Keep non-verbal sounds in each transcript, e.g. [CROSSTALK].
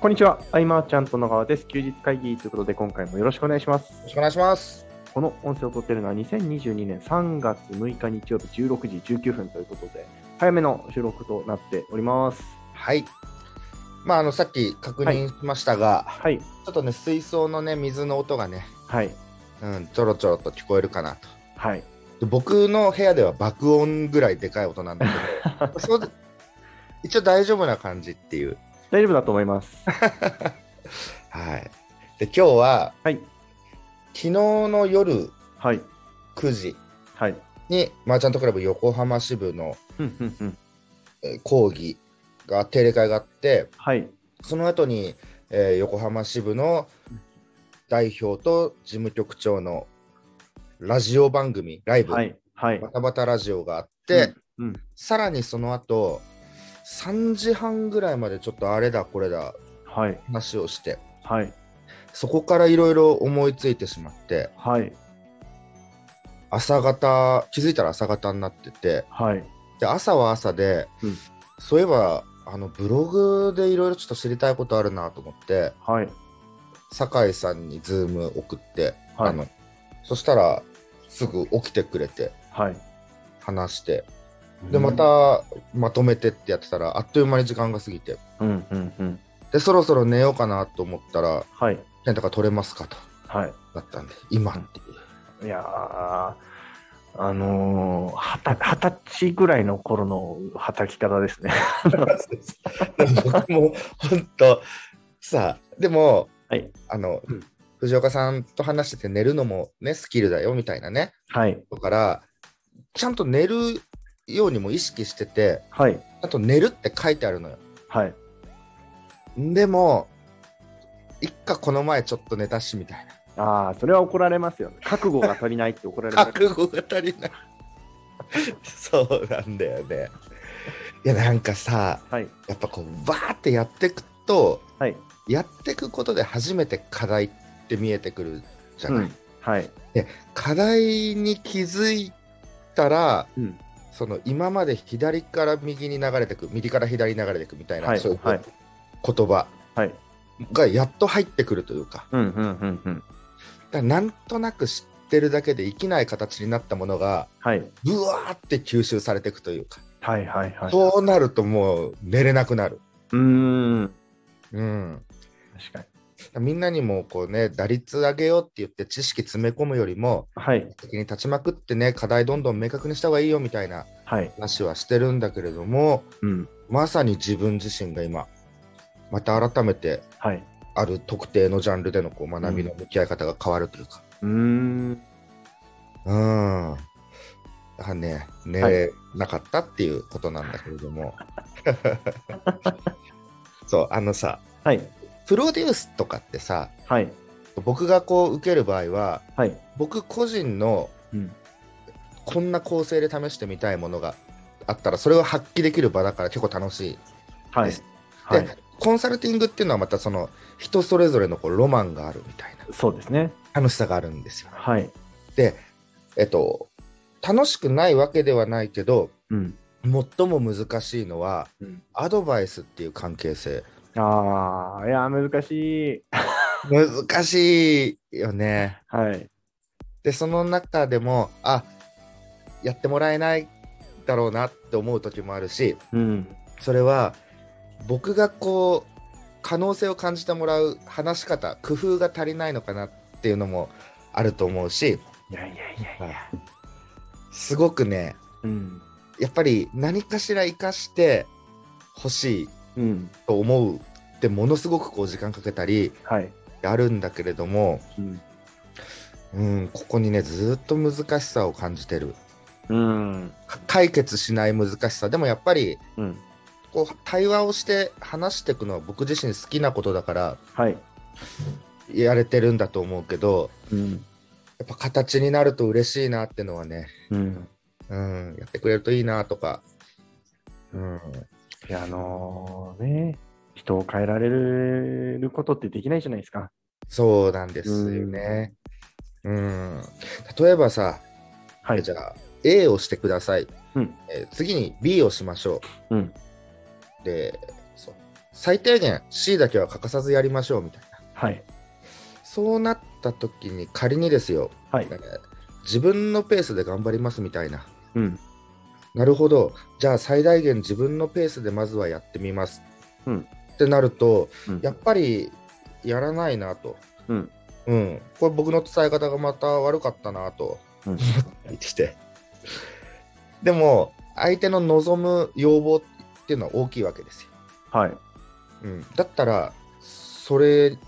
こんにちは、アイマーちゃんと野川です。休日会議ということで、今回もよろしくお願いします。よろしくお願いします。この音声を撮っているのは2022年3月6日日曜日16時19分ということで、早めの収録となっております。はい。まあ、あの、さっき確認しましたが、はい、ちょっとね、水槽のね、水の音がね、はい、うん、ちょろちょろと聞こえるかなと。はい。で僕の部屋では爆音ぐらいでかい音なんだけ [LAUGHS] ど、そう一応大丈夫な感じっていう。大丈夫だと思い [LAUGHS] ます。はい。で、今日は、はい、昨日の夜はい、 9時はい。に、マーチャントクラブ横浜支部のうんうんうんえー講義が、定例会があって、はい、その後に、えー横浜支部の代表と事務局長のラジオ番組、ライブ、はい、はいバ。タバタラジオがあって、うんうんさらにその後、3時半ぐらいまでちょっとあれだこれだはい、話をして、はい、そこからいろいろ思いついてしまって、はい、朝方、気づいたら朝方になってて、はい。で朝は朝で、うんそういえばあのブログでいろいろちょっと知りたいことあるなと思って、はい、酒井さんにズーム送って、はいあのそしたらすぐ起きてくれてはい。話してでうんま、たまとめてってやってたらあっという間に時間が過ぎてうん、うん、うん。でそろそろ寝ようかなと思ったらはい、 「健太が取れますか?」とはい。だったんで今っていういやーあのーはた二十歳ぐらいの頃の働き方 [LAUGHS] ですね。僕も本当さあでもはい。あの、うん藤岡さんと話してて寝るのもねスキルだよみたいなねはい。だからちゃんと寝るようにも意識しててはい。あと寝るって書いてあるのよはい。でも、一家この前ちょっと寝たしみたいな。ああ、それは怒られますよね。覚悟が足りないって怒られます。 [LAUGHS] 覚悟が足りない。そうなんだよね。いや、なんかさ、はい。やっぱこう、バーってやってくと、はい。やってくことで初めて課題って見えてくるじゃうない。ん。はい。課題に気づいたら、うん。その今まで左から右に流れてく、右から左に流れてくみたいな、はいそういうはい言葉はい。がやっと入ってくるというか。うんうんうんうん。だからなんとなく知ってるだけで生きない形になったものがはい。ぶわーって吸収されていくというか、はいはいはい。うそうなるともう寝れなくなる、ーん。うん、確かに。みんなにもこうね打率上げようって言って知識詰め込むよりもはい。先に立ちまくってね課題どんどん明確にした方がいいよみたいなはい。話はしてるんだけれどもうん。まさに自分自身が今また改めてはい。ある特定のジャンルでのこう学びの向き合い方が変わるというか、うーん。うん。だからね、寝れなかったっていうことなんだけれども。 [LAUGHS] そう、あのさ、はい。プロデュースとかってさ、はい。僕がこう受ける場合は、はい。僕個人のうん。こんな構成で試してみたいものがあったら、それを発揮できる場だから結構楽しい。はいです。はでい。、コンサルティングっていうのはまたその人それぞれのこうロマンがあるみたいなそうですね。楽しさがあるんですよ。はい。で、えっと、楽しくないわけではないけど、うん。最も難しいのはうんアドバイスっていう関係性ああ、いやー、難しい。難しいよねはい。でその中でもあやってもらえないだろうなって思う時もあるしうん。それは僕がこう可能性を感じてもらう話し方工夫が足りないのかなっていうのもあると思うしいやいやいやいや。すごくねうん。やっぱり何かしら生かしてほしいうん。と思うってものすごくこう時間かけたりはい。あるんだけれどもうん。うん、ここにね、ずーっと難しさを感じてる。うん。か解決しない難しさ。でもやっぱり、うん。こう、対話をして話していくのは僕自身好きなことだから、はい。やれてるんだと思うけど、うん。やっぱ形になると嬉しいなってのはね、うん。うん、やってくれるといいなとか、うん、いや、あのーね、人を変えられることってできないじゃないですか。そうなんですよね。うん、例えばさ、はじゃあ、A をしてください。うんえー次に B をしましょう。うん。でそう最低限 C だけは欠かさずやりましょうみたいな。はい。そうなった時に仮にですよ、はいえ。ー自分のペースで頑張りますみたいな。うん。なるほど。じゃあ最大限自分のペースでまずはやってみます。うんってなると、うんやっぱりやらないなと。うん。うん。これ僕の伝え方がまた悪かったなとうん思ったりして。でも、相手の望む要望っていうのは大きいわけですよ。はい。うん、だったら、それ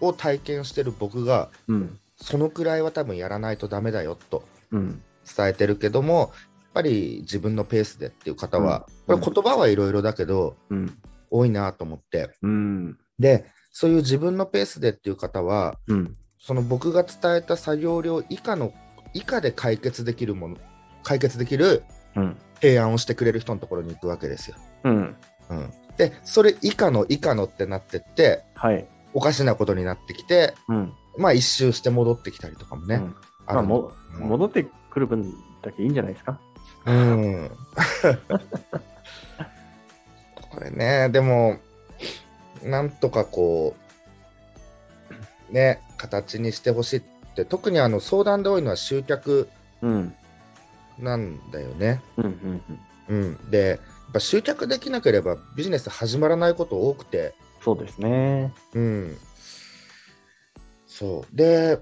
を体験してる僕が、うん。そのくらいは多分やらないとダメだよとうん。伝えてるけども、やっぱり自分のペースでっていう方は、うんこれ言葉はいろいろだけど、うん。多いなと思って。うん。で、そういう自分のペースでっていう方は、うん。その僕が伝えた作業量以下の、以下で解決できるもの、解決できるうん。提案をしてくれる人のところに行くわけですよ。うん。うん。で、それ以下の以下のってなってって、はい。おかしなことになってきて、うん。まあ一周して戻ってきたりとかもね。うんあまあ、るもうん戻ってくる分だけいいんじゃないですか。うん。 [LAUGHS] これね、でも、なんとかこう、ね、形にしてほしいって、特にあの相談で多いのは集客うん。なんだよね。うん。うん。うんうん、で、やっぱ集客できなければビジネス始まらないこと多くて、そうですね。うん。そう。で、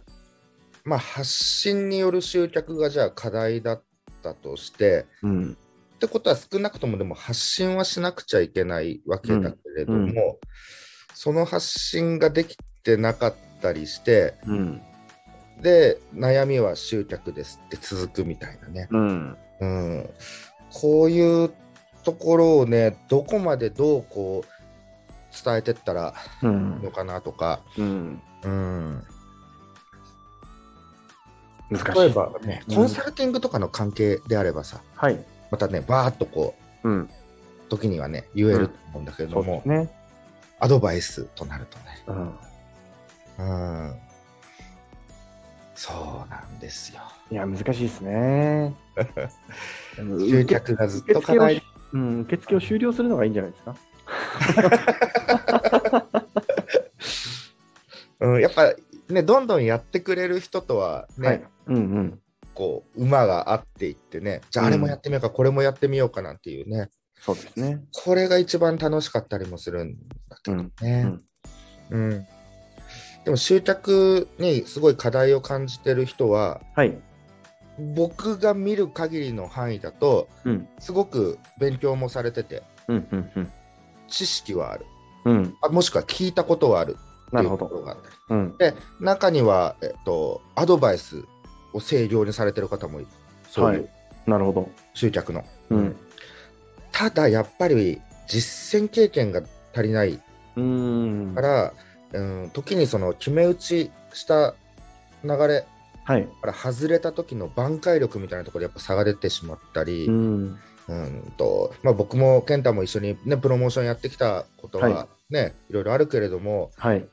まあ、発信による集客がじゃあ課題だったとして、うん。ってことは少なくともでも発信はしなくちゃいけないわけだけれども、うんうんその発信ができてなかったりしてうん。で悩みは集客ですって続くみたいなね、うん。うん、こういうところをねどこまでどうこう伝えてったらういいんの。かなとか、うん。うん、難しい。例えば、ねうんコンサルティングとかの関係であればさはい。またねバーっとこううん。時にはね言えると思うんだけれそどうでもす、ね。アドバイスとなるとねうん。うんそうなんですよ。いや、難しいです [LAUGHS] ね。集客がずっと課題。うん、受付を終了するのがいいんじゃないですか。うん、やっぱね、どんどんやってくれる人とはね、はい。うんうん。こう、馬が合っていってね、じゃあうあんれもやってみようか、これもやってみようかなんていうね、そうですね。これが一番楽しかったりもするんだけうどん。ね。うん。でも集客にすごい課題を感じてる人は、はい。僕が見る限りの範囲だと、うん。すごく勉強もされてて、うんうんうん。知識はある。うん。あもしくは聞いたことはあるってないうるほところど。があったり。うん。で中には、えっと、アドバイスを清量にされてる方もいるそういはうなるほど。集客の、うん。ただやっぱり実践経験が足りないうんか。ら、うん、時にその決め打ちした流れはい。から外れた時の挽回力みたいなところでやっぱ差が出てしまったり、ううんん。とまあ、僕も健太も一緒に、ね、プロモーションやってきたことはは、ねい、ろいろあるけれどもはい。ま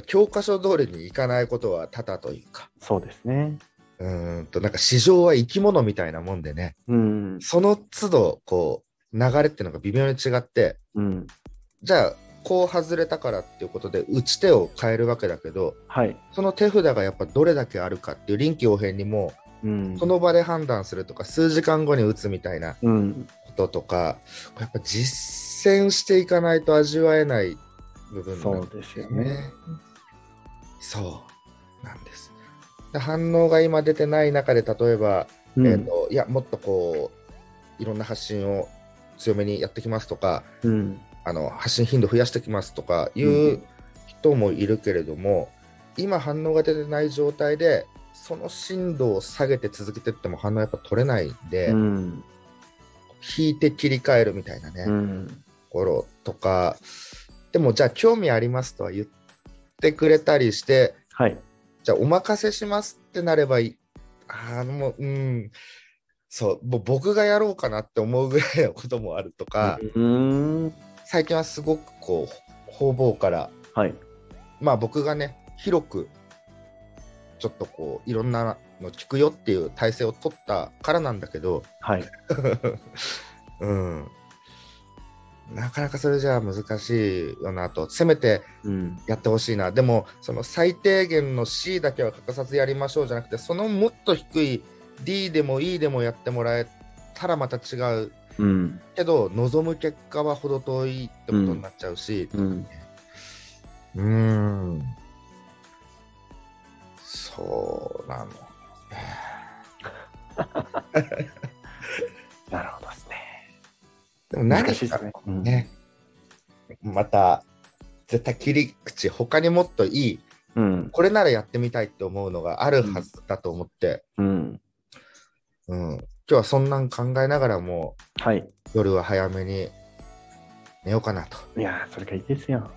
あ教科書通りにいかないことは多々というか。そうですね。うーんとなんか市場は生き物みたいなもんでねうん。その都度こう流れっていうのが微妙に違ってうん。じゃあこう外れたからっていうことで打ち手を変えるわけだけどはい。その手札がやっぱどれだけあるかっていう臨機応変にもうん。その場で判断するとか数時間後に打つみたいなうん。こととかこれやっぱ実践していかないと味わえない部分そなんうでですすよよねね。。そうなんですで反応が今出てない中で例えばうんえー、といやもっとこういろんな発信を強めにやってきますとかうん。あの発信頻度増やしてきますとかいううん人もいるけれども、今反応が出てない状態でその振動を下げて続けてっても反応やっぱ取れないんで、うん。引いて切り替えるみたいなね、うん。ところとかでもじゃあ興味ありますとは言ってくれたりしてはい。じゃあお任せしますってなればいい。あーもう、うん。そう、もう僕がやろうかなって思うぐらいのこともあるとか、うん。最近はすごくこう、方々から、はい。まあ僕がね、広く、ちょっとこう、いろんなの聞くよっていう体制を取 [LAUGHS] ったからなんだけど、はい。うん。なかなかそれじゃあ難しいよなと、せめてうん、やってほしいな、でも、その最低限の C だけは欠かさずやりましょうじゃなくて、そのもっと低い D でも E でもやってもらえたらまた違ううん、けど、望む結果は程遠いってことになっちゃうし、うん、うーん。そうなの。なるほどですね。でも何難しいでかすね。うんね、また、絶対切り口、他にもっといい、うん、これならやってみたいって思うのがあるはずだと思って、うん、うん。今日はそんなん考えながらも、はい。夜は早めに寝ようかなと。いやー、それがいいですよ。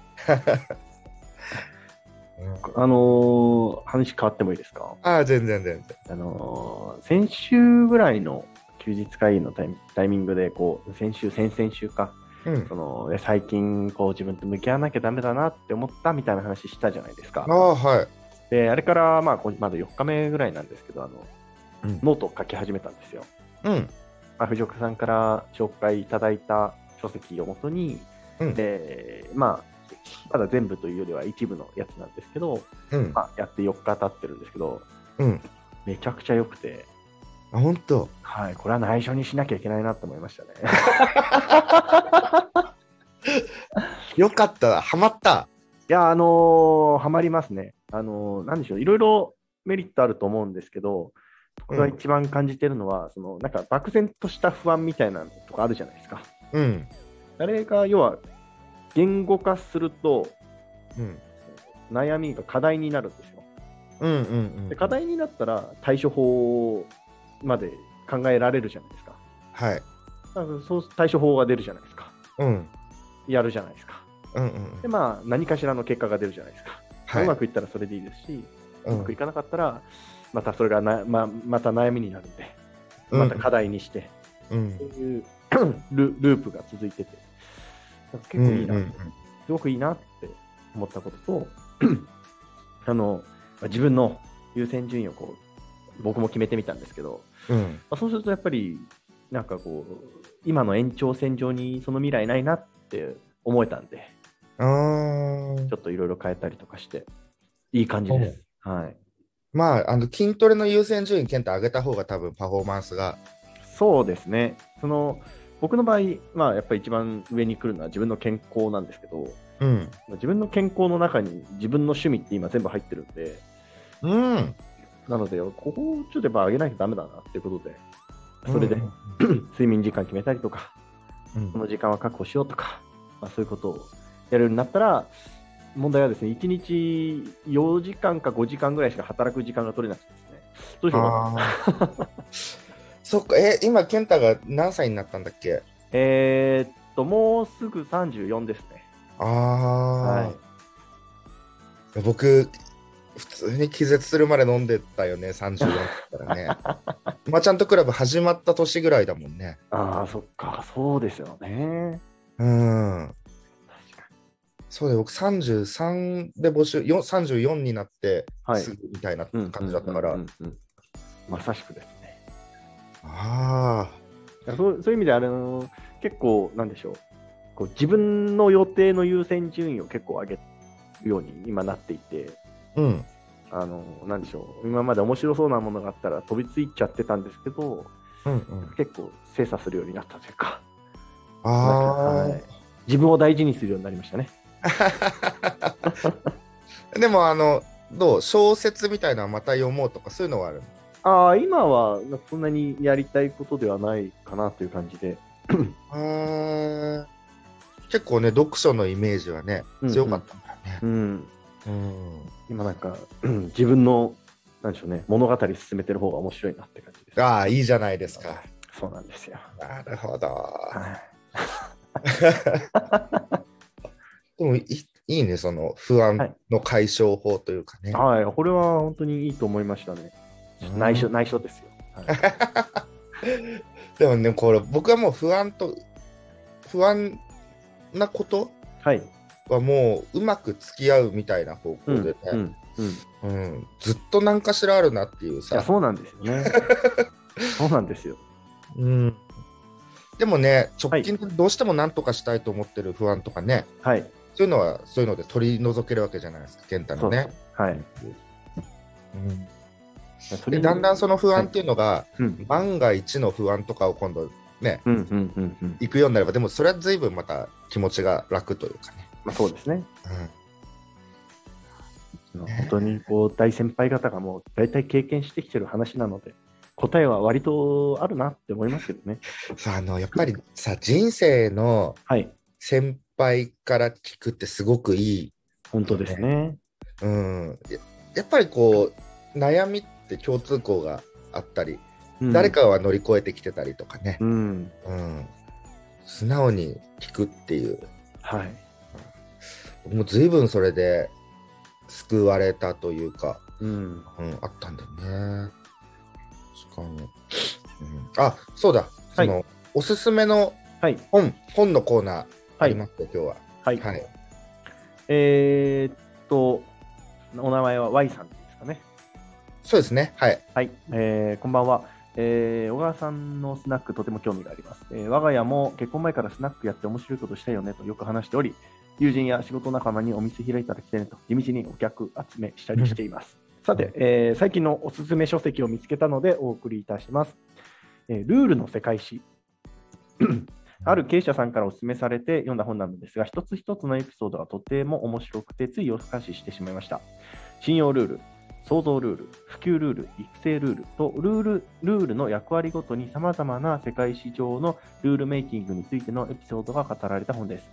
うんあのー話変わってもいいですかああ、全然全然。あのー先週ぐらいの休日会議のタイミタイミングで、こう、先週、先々週か、うんそ。のいや最近、こう、自分と向き合わなきゃダメだなって思ったみたいな話したじゃないですかあ。あ、はい。で、あれから、まあ、こうまだ4日目ぐらいなんですけど、あの、うんノートを書き始めたんですよ。うん。まあ、藤岡さんから紹介いただいた書籍をもとに、うんで、まあ、まだ全部というよりは一部のやつなんですけど、うん。まあ、やって4日経ってるんですけど、うん。めちゃくちゃ良くて、あ、本当。はい、これは内緒にしなきゃいけないなと思いましたね。 [LAUGHS] よかった。ハマった。いや、あのーハマりますね。あのーなんでしょう、いろいろメリットあると思うんですけど、僕が一番感じてるのは、そのなんか漠然とした不安みたいなのとかあるじゃないですか。うん。あれが要は言語化するとうん。悩みが課題になるんですよ。うんうんうでん。課題になったら対処法まで考えられるじゃないですか。はい。だからそう対処法が出るじゃないですか。うん。やるじゃないですか。うんうんうで、ん。まあ何かしらの結果が出るじゃないですか。。はいうまくいったらそれでいいですし、ううまんくいかなかったら、またそれがな、まあ、また悩みになるんで、また課題にして、うんそういうルループが続いてて、なんか結構いいな、うんすごくいいなって思ったことと、 [CLEARS THROAT] あの自分の優先順位をこう僕も決めてみたんですけど、うんうんまあそうするとやっぱり、なんかこう、今の延長線上にその未来ないなって思えたんで、あーちょっといろいろ変えたりとかして、いい感じです。はいまあ、あの筋トレの優先順位、健太上げた方が多分パフォーマンスが。そうですね。その僕の場合、まあ、やっぱり一番上に来るのは自分の健康なんですけど、うん。自分の健康の中に自分の趣味って今全部入ってるんで、うん。なので、ここをちょっとやっぱ上げなきゃダメだなっていうことで、それで、睡眠時間決めたりとか、うんこの時間は確保しようとか、まあ、そういうことをやるようになったら、問題はですね、1日4時間か5時間ぐらいしか働く時間が取れなくてですね、どうしようかな。あー [LAUGHS] そっか、え、今、健太が何歳になったんだっけえーっと、もうすぐ34ですね。ああ、はい僕、普通に気絶するまで飲んでたよね、34だった [LAUGHS] らね。まあちゃんとクラブ始まった年ぐらいだもんね。ああ、そっか、そうですよね。うん。確かそうだよ僕33で募集よ34になってはいすぐみたいなに。感じだったから、うんうんうんうんまさしくですね。ああそうそういう意味で、あの結構、なんでしょうこう、自分の予定の優先順位を結構上げるように今なっていて、うんあのなんでしょう、今まで面白そうなものがあったら飛びついちゃってたんですけど、うんうん結構精査するようになったというか、ああ、はい自分を大事にするようになりましたね。でもあのどう小説みたいなのはまた読もうとかそういうのはあるああ、今はそんなにやりたいことではないかなという感じで、あー結構ね読書のイメージはねうんうん強かったんだよねうん、うん、今なんか、 [CLEARS THROAT] うん自分の、なんでしょうね、物語進めてる方が面白いなって感じです。ああいいじゃないですかそうなんですよ。なるほどはいでもいいいいねその不安の解消法というかね、はい、これは本当にいいと思いましたね。うん内緒、内緒ですよ。はいでもね、これ、僕はもう不安と、不安なこと [LAUGHS] はい。はもううまく付き合うみたいな方向うん、でね、うん、うん。いうんずっと何かしらあるなっていうや、 [LAUGHS] さ、そうなんですよね。そうなんですよ。うん、でもね、直近でどうしても何とかしたいと思ってる不安とかね、はい。そういうのはそういうので取り除けるわけじゃないですか、健太そのうね。はい。うんそでれだんだんその不安っていうのが、うん。万が一の不安とかを今度ね、うんうんうんうん。行くようになれば、でもそれは随分また気持ちが楽というかね。まあ、そうですね。本当にこう大先輩方がもう大体経験してきてる話なので、答えは割とあるなって思いますけど [LAUGHS] ね。うんさああのやっぱりさ、人生のはい。先輩から聞くってすごくいい。本当ですね。うん、ややっぱりこう、悩みって共通項があったり、うん誰。かは乗り越えてきてたりとかね、うん。うん、素直に聞くっていう。はい。もう随分それで救われたというか、うん。うん、あったんだよね。確かに。うん、あそうだ、そのおすすめのはい。本、本のコーナーあはりい。ますよ、今日は。はい。はいえーっと、お名前は Y さんですかね。そうですね、はい。はい、えーこんばんは、えー小川さんのスナックとても興味があります、えー我が家も結婚前からスナックやって面白いことしたいよねとよく話しており、友人や仕事仲間にお店開いたら来てねと地道にお客集めしたりしています。さて、えー最近のおすすめ書籍を見つけたのでお送りいたします。えールールの世界史ある経営者さんからお勧めされて読んだ本なのですが、一つ一つのエピソードがとても面白くて、つい夜更かししてしまいました。信用ルール、創造ルール、普及ルール、育成ルールとルールルールの役割ごとにさまざまな世界史上のルールメイキングについてのエピソードが語られた本です。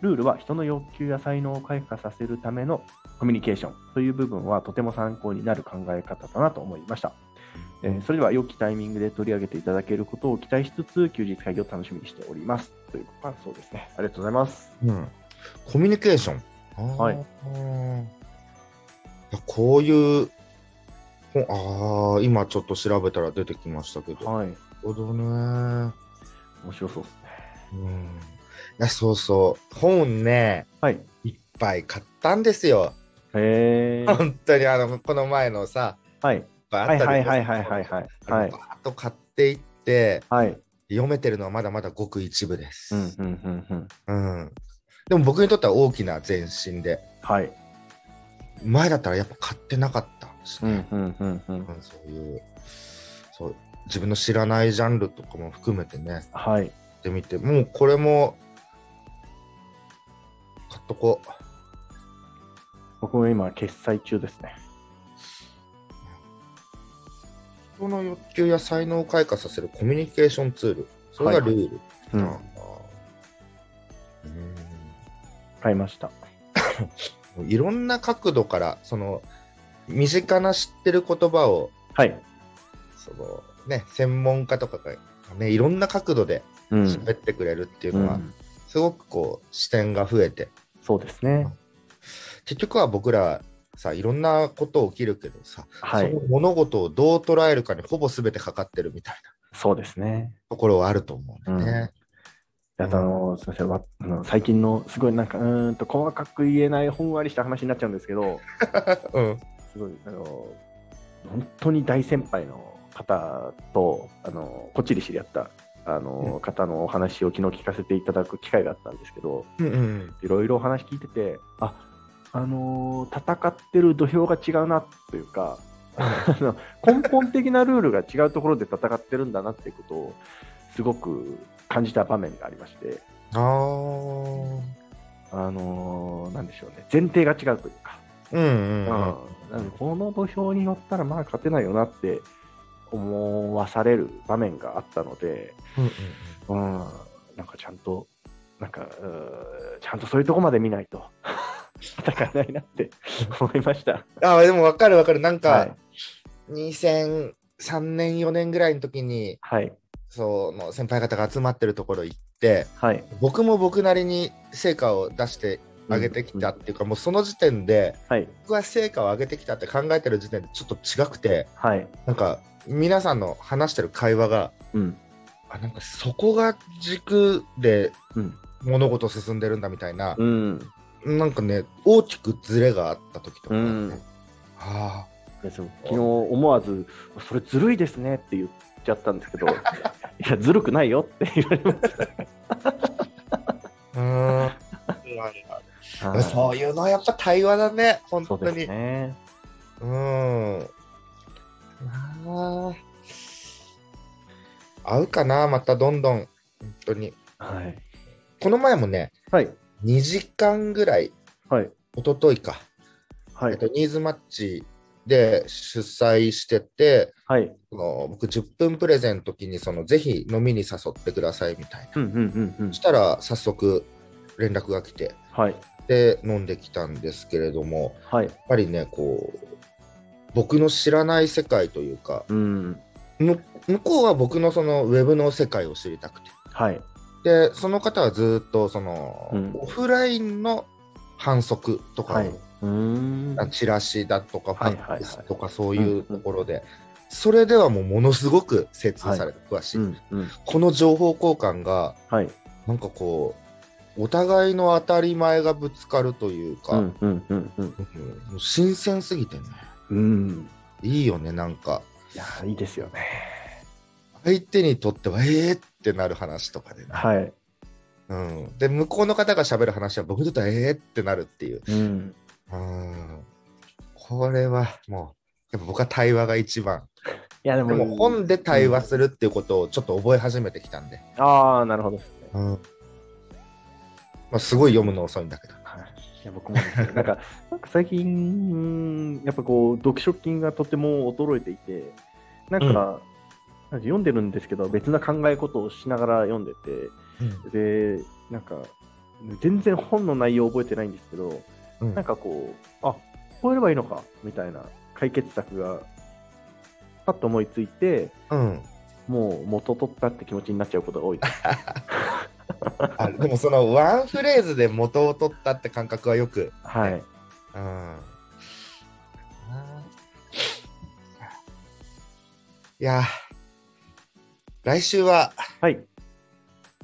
ルールは人の欲求や才能を開花させるためのコミュニケーションという部分はとても参考になる考え方だなと思いました。えーそれでは良きタイミングで取り上げていただけることを期待しつつ休日会議を楽しみにしております。という感想ですね。ありがとうございます。うん、コミュニケーション。あーはいうんいやこういう本、ああ、今ちょっと調べたら出てきましたけど、なるはい。ほどね。面白そうですね。うん、いやそうそう本ねはい。いっぱい買ったんですよへー。本当にあのこの前のさはい。バはいはいはいはいはいはい。はバーい。ッと買っていってはい。読めてるのはまだまだごく一部です、うんうんうんうん。うんでも僕にとっては大きな前進ではい。前だったらやっぱ買ってなかったしうねん、うんうんうん。うんそういうそう自分の知らないジャンルとかも含めてねはい。やってみてもうこれも買っとこう僕も今、決済中ですね。人の欲求や才能を開花させるコミュニケーションツール。それがルール。うあん。ー買いました。うんいろんな角度から、その、身近な知ってる言葉を、はい。その、ね、専門家とかが、ね、いろんな角度でうん。喋ってくれるっていううのは、んすごくこう、視点が増えて、そうですね。結局は僕ら、さいろんなこと起きるけどさ、はそいの。物事をどう捉えるかにほぼ全てかかってるみたいなそうですね。ところはあると思うんでね。うんあとあの、すみませんわあの、最近のすごいなんか、うーんと細かく言えない、ほんわりした話になっちゃうんですけど、うん。すごい、あの、本当に大先輩の方と、あの、こっちで知り合った、あの、方のお話を昨日聞かせていただく機会があったんですけど、うんうん。いろいろお話聞いてて、ああのー戦ってる土俵が違うなというか、あの根本的なルールが違うところで戦ってるんだなっていうことを、すごく感じた場面がありまして、あーあのーなんでしょうね、前提が違うというか、うんうんうんうんなんでこの土俵に乗ったら、まあ勝てないよなって思わされる場面があったので、うんうんうん、なんかちゃんと、なんか、うーちゃんとそういうとこまで見ないと、 [LAUGHS] 戦えないなって思いました。あでも分かる分かるなんか、はい。 2003年4年ぐらいの時にはい。その先輩方が集まってるところ行ってはい。僕も僕なりに成果を出してあげてきたっていうか、もうその時点ではい。僕が成果を上げてきたって考えてる時点でちょっと違くてはい。なんか皆さんの話してる会話がうん。あなんかそこが軸でうん。物事進んでるんだみたいな、うん。なんかね大きくズレがあった時とか、ねうんああ昨日思わず、それずるいですねって言っちゃったんですけど、いや、ずるくないよって言われましうんた。そういうのはやっぱ対話だね、本そ当うでに。すね。うん。なあ。合うかな、またどんどん。本当に。はい。この前もね、はい。 2時間ぐらい、はい。一昨日か、はえっいと。ニーズマッチで主催してて、はい。その僕10分プレゼンの時にそのぜひ飲みに誘ってくださいみたいな。うんうんうんうんそし。たら早速連絡が来て、はい。で飲んできたんですけれども、はい。やっぱりねこう僕の知らない世界というかうん。む向こうは僕のそのウェブの世界を知りたくてはい。でその方はずっとその、うんオフラインの反則とか、はい。うーん。チラシだとかフはいァックスとかそういううんうとんころで、それではもうものすごく精通されて詳しい、うんうん。この情報交換がはい。なんかこうお互いの当たり前がぶつかるといううか、んうんうんうん。うんもう新鮮すぎてねうん。いいよねなんか。いやー、いいですよね。相手にとってはえーってなる話とかでね、はい。うん、で向こうの方が喋る話は僕にとってはえーってなるっていう、うん。うん、これはもうやっぱ僕は対話が一番いや、ででも本で対話するっていうことをちょっと覚え始めてきたんで、ああ、なるほどですね。うんまあ、すごい読むの遅いんだけどはい、いや僕もです [LAUGHS] ねなんかなんか最近、うんやっぱこう、読書筋がとても衰えていて、なんか、うんなんか読んでるんですけど、別な考え事をしながら読んでて、で、なんか、全然本の内容覚えてないんですけど、うんなんかこう、あこうやればいいのかみたいな解決策が、パッと思いついて、うんもう元取ったって気持ちになっちゃうことが多 [LAUGHS] いです。あでもそのワンフレーズで元を取ったって感覚はよく、はい。うん、あーいやー来週ははい。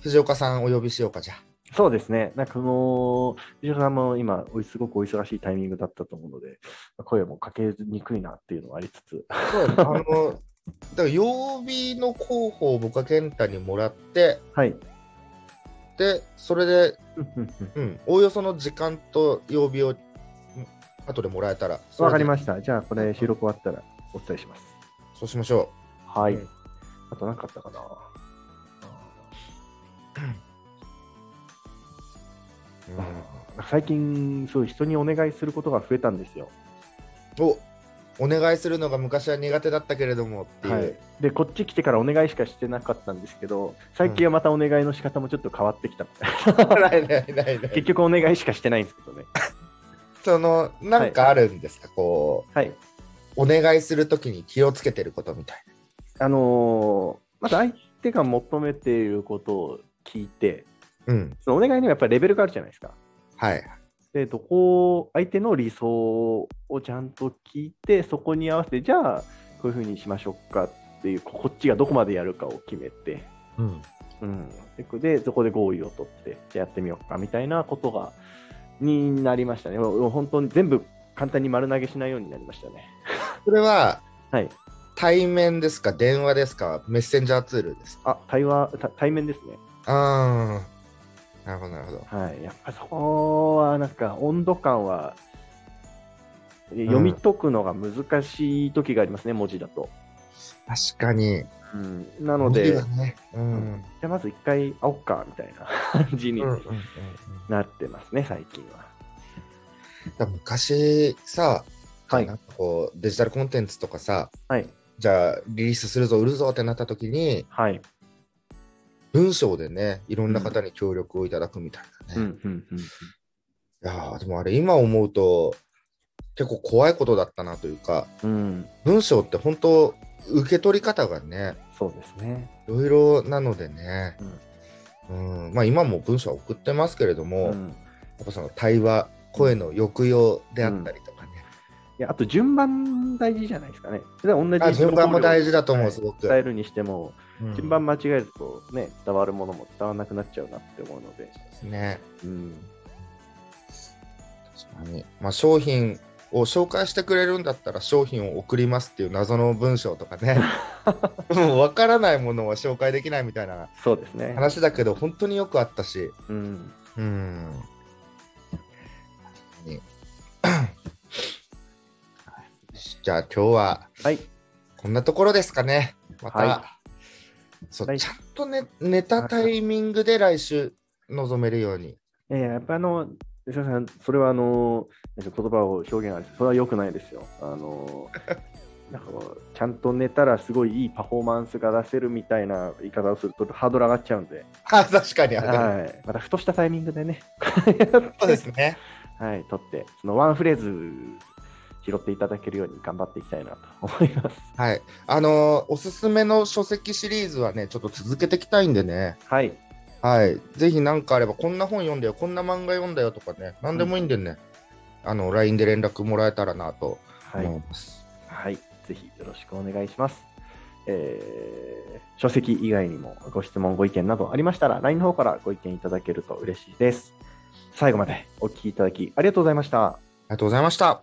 藤岡さんお呼びしようかじゃあそうですね、なんかこの、藤原さんも今、おいすごくお忙しいタイミングだったと思うので、声もかけにくいなっていうのはありつつ、そうだねあのだから曜日の候補を僕は健太にもらってはい。で [LAUGHS] それで、うん、おおよその時間と曜日をうん後でもらえたらわかりましした。じゃあ、これ、収録終わったらお伝えします。たそうしましょ。はいうんあと、なかったかな。う、うんなんか最近、そういう人にお願いすることが増えたんですよ。おお願いするのが昔は苦手だったけれどもっていう、はい、で、こっち来てからお願いしかしてなかったんですけど、最近はまたお願いの仕方もちょっと変わってきたみたいな [LAUGHS] ないないない [LAUGHS] な結い局、お願いしかしてないんですけどね。そのなんかあるんですか、こうはい。お願いするときに気をつけてることみたいあのーまず相手が求めていることを聞いて、な。うん。そのお願いにはやっぱりレベルがあるじゃないですか。はい。で、どこを、相手の理想をちゃんと聞いて、そこに合わせて、じゃあ、こういうふうにしましょうかっていう、ここっちがどこまでやるかを決めて、うん。うん、でこでそこで合意を取って、じゃあやってみようかみたいなことが、になりましたね。もうもう本当に全部簡単に丸投げしないようになりましたね。それははい。対面ですか、電話ですか、メッセンジャーツールですか。あ、対話、た対面ですね。あー。なるほど、なるほど。はい、やっぱそこはなんか温度感はえ読み解くのが難しい時がありますね、文字だと。確かに。うん、なので、無理じだね、うん。ゃあまず一回会おうかみたいな感じにうんうんうんうんなってますね、最近は。だ昔さ、はいなんかこうデジタルコンテンツとかさ、はい、じゃあリリースするぞ、売るぞってなった時に、はい。文章でね、いろんな方に協力をいただくみたいなね。うんうんうんいやーでもあれ今思うと結構怖いことだったなというかうん、うん文章って本当受け取り方がねそうですね。いろいろなのでね、うんまあ、今も文章は送ってますけれども、うやん、っぱその対話声の抑揚であったりとかね、いやあと順番大事じゃないですかね。で同じあ順番も大事だと思うはいすごく伝えるにしても、うん順番間違えるとね、伝わるものも伝わらなくなっちゃうなって思うので。ねうん確かに、まあ、[LAUGHS] 商品を紹介してくれるんだったら商品を送りますっていう謎の文章とかねもう分からないものは紹介できないみたいなそうですね。話だけど、本当によくあったし、うん。うん。ね [COUGHS] じゃあ今日ははい。こんなところですかね。また、はそうはいちゃんと、ね、寝たタイミングで来週臨めるように。 [LAUGHS] えー、やっぱあの、吉田さん、それはあの、言葉を表現あれです。それは良くないですよ。あ [LAUGHS] の、なんかこうちゃんと寝たらすごいいいパフォーマンスが出せるみたいな言い方をするとハードル上がっちゃうんで、あ確かに、はい、またふとしたタイミングでね、そうですね。はい、取って、そのワンフレーズ拾っていただけるように頑張っていきたいなと思います。はい。あのーおすすめの書籍シリーズはね、ちょっと続けていきたいんでね。はい、はい。ぜひ何かあれば、こんな本読んだよ、こんな漫画読んだよとかね、何でもいいんでね、あの、LINE で連絡もらえたらなとはい、思います。はい、ぜひよろしくお願いします。えー書籍以外にもご質問、ご意見などありましたら、LINE の方からご意見いただけると嬉しいです。最後までお聞きいただきありがとうございました。ありがとうございました。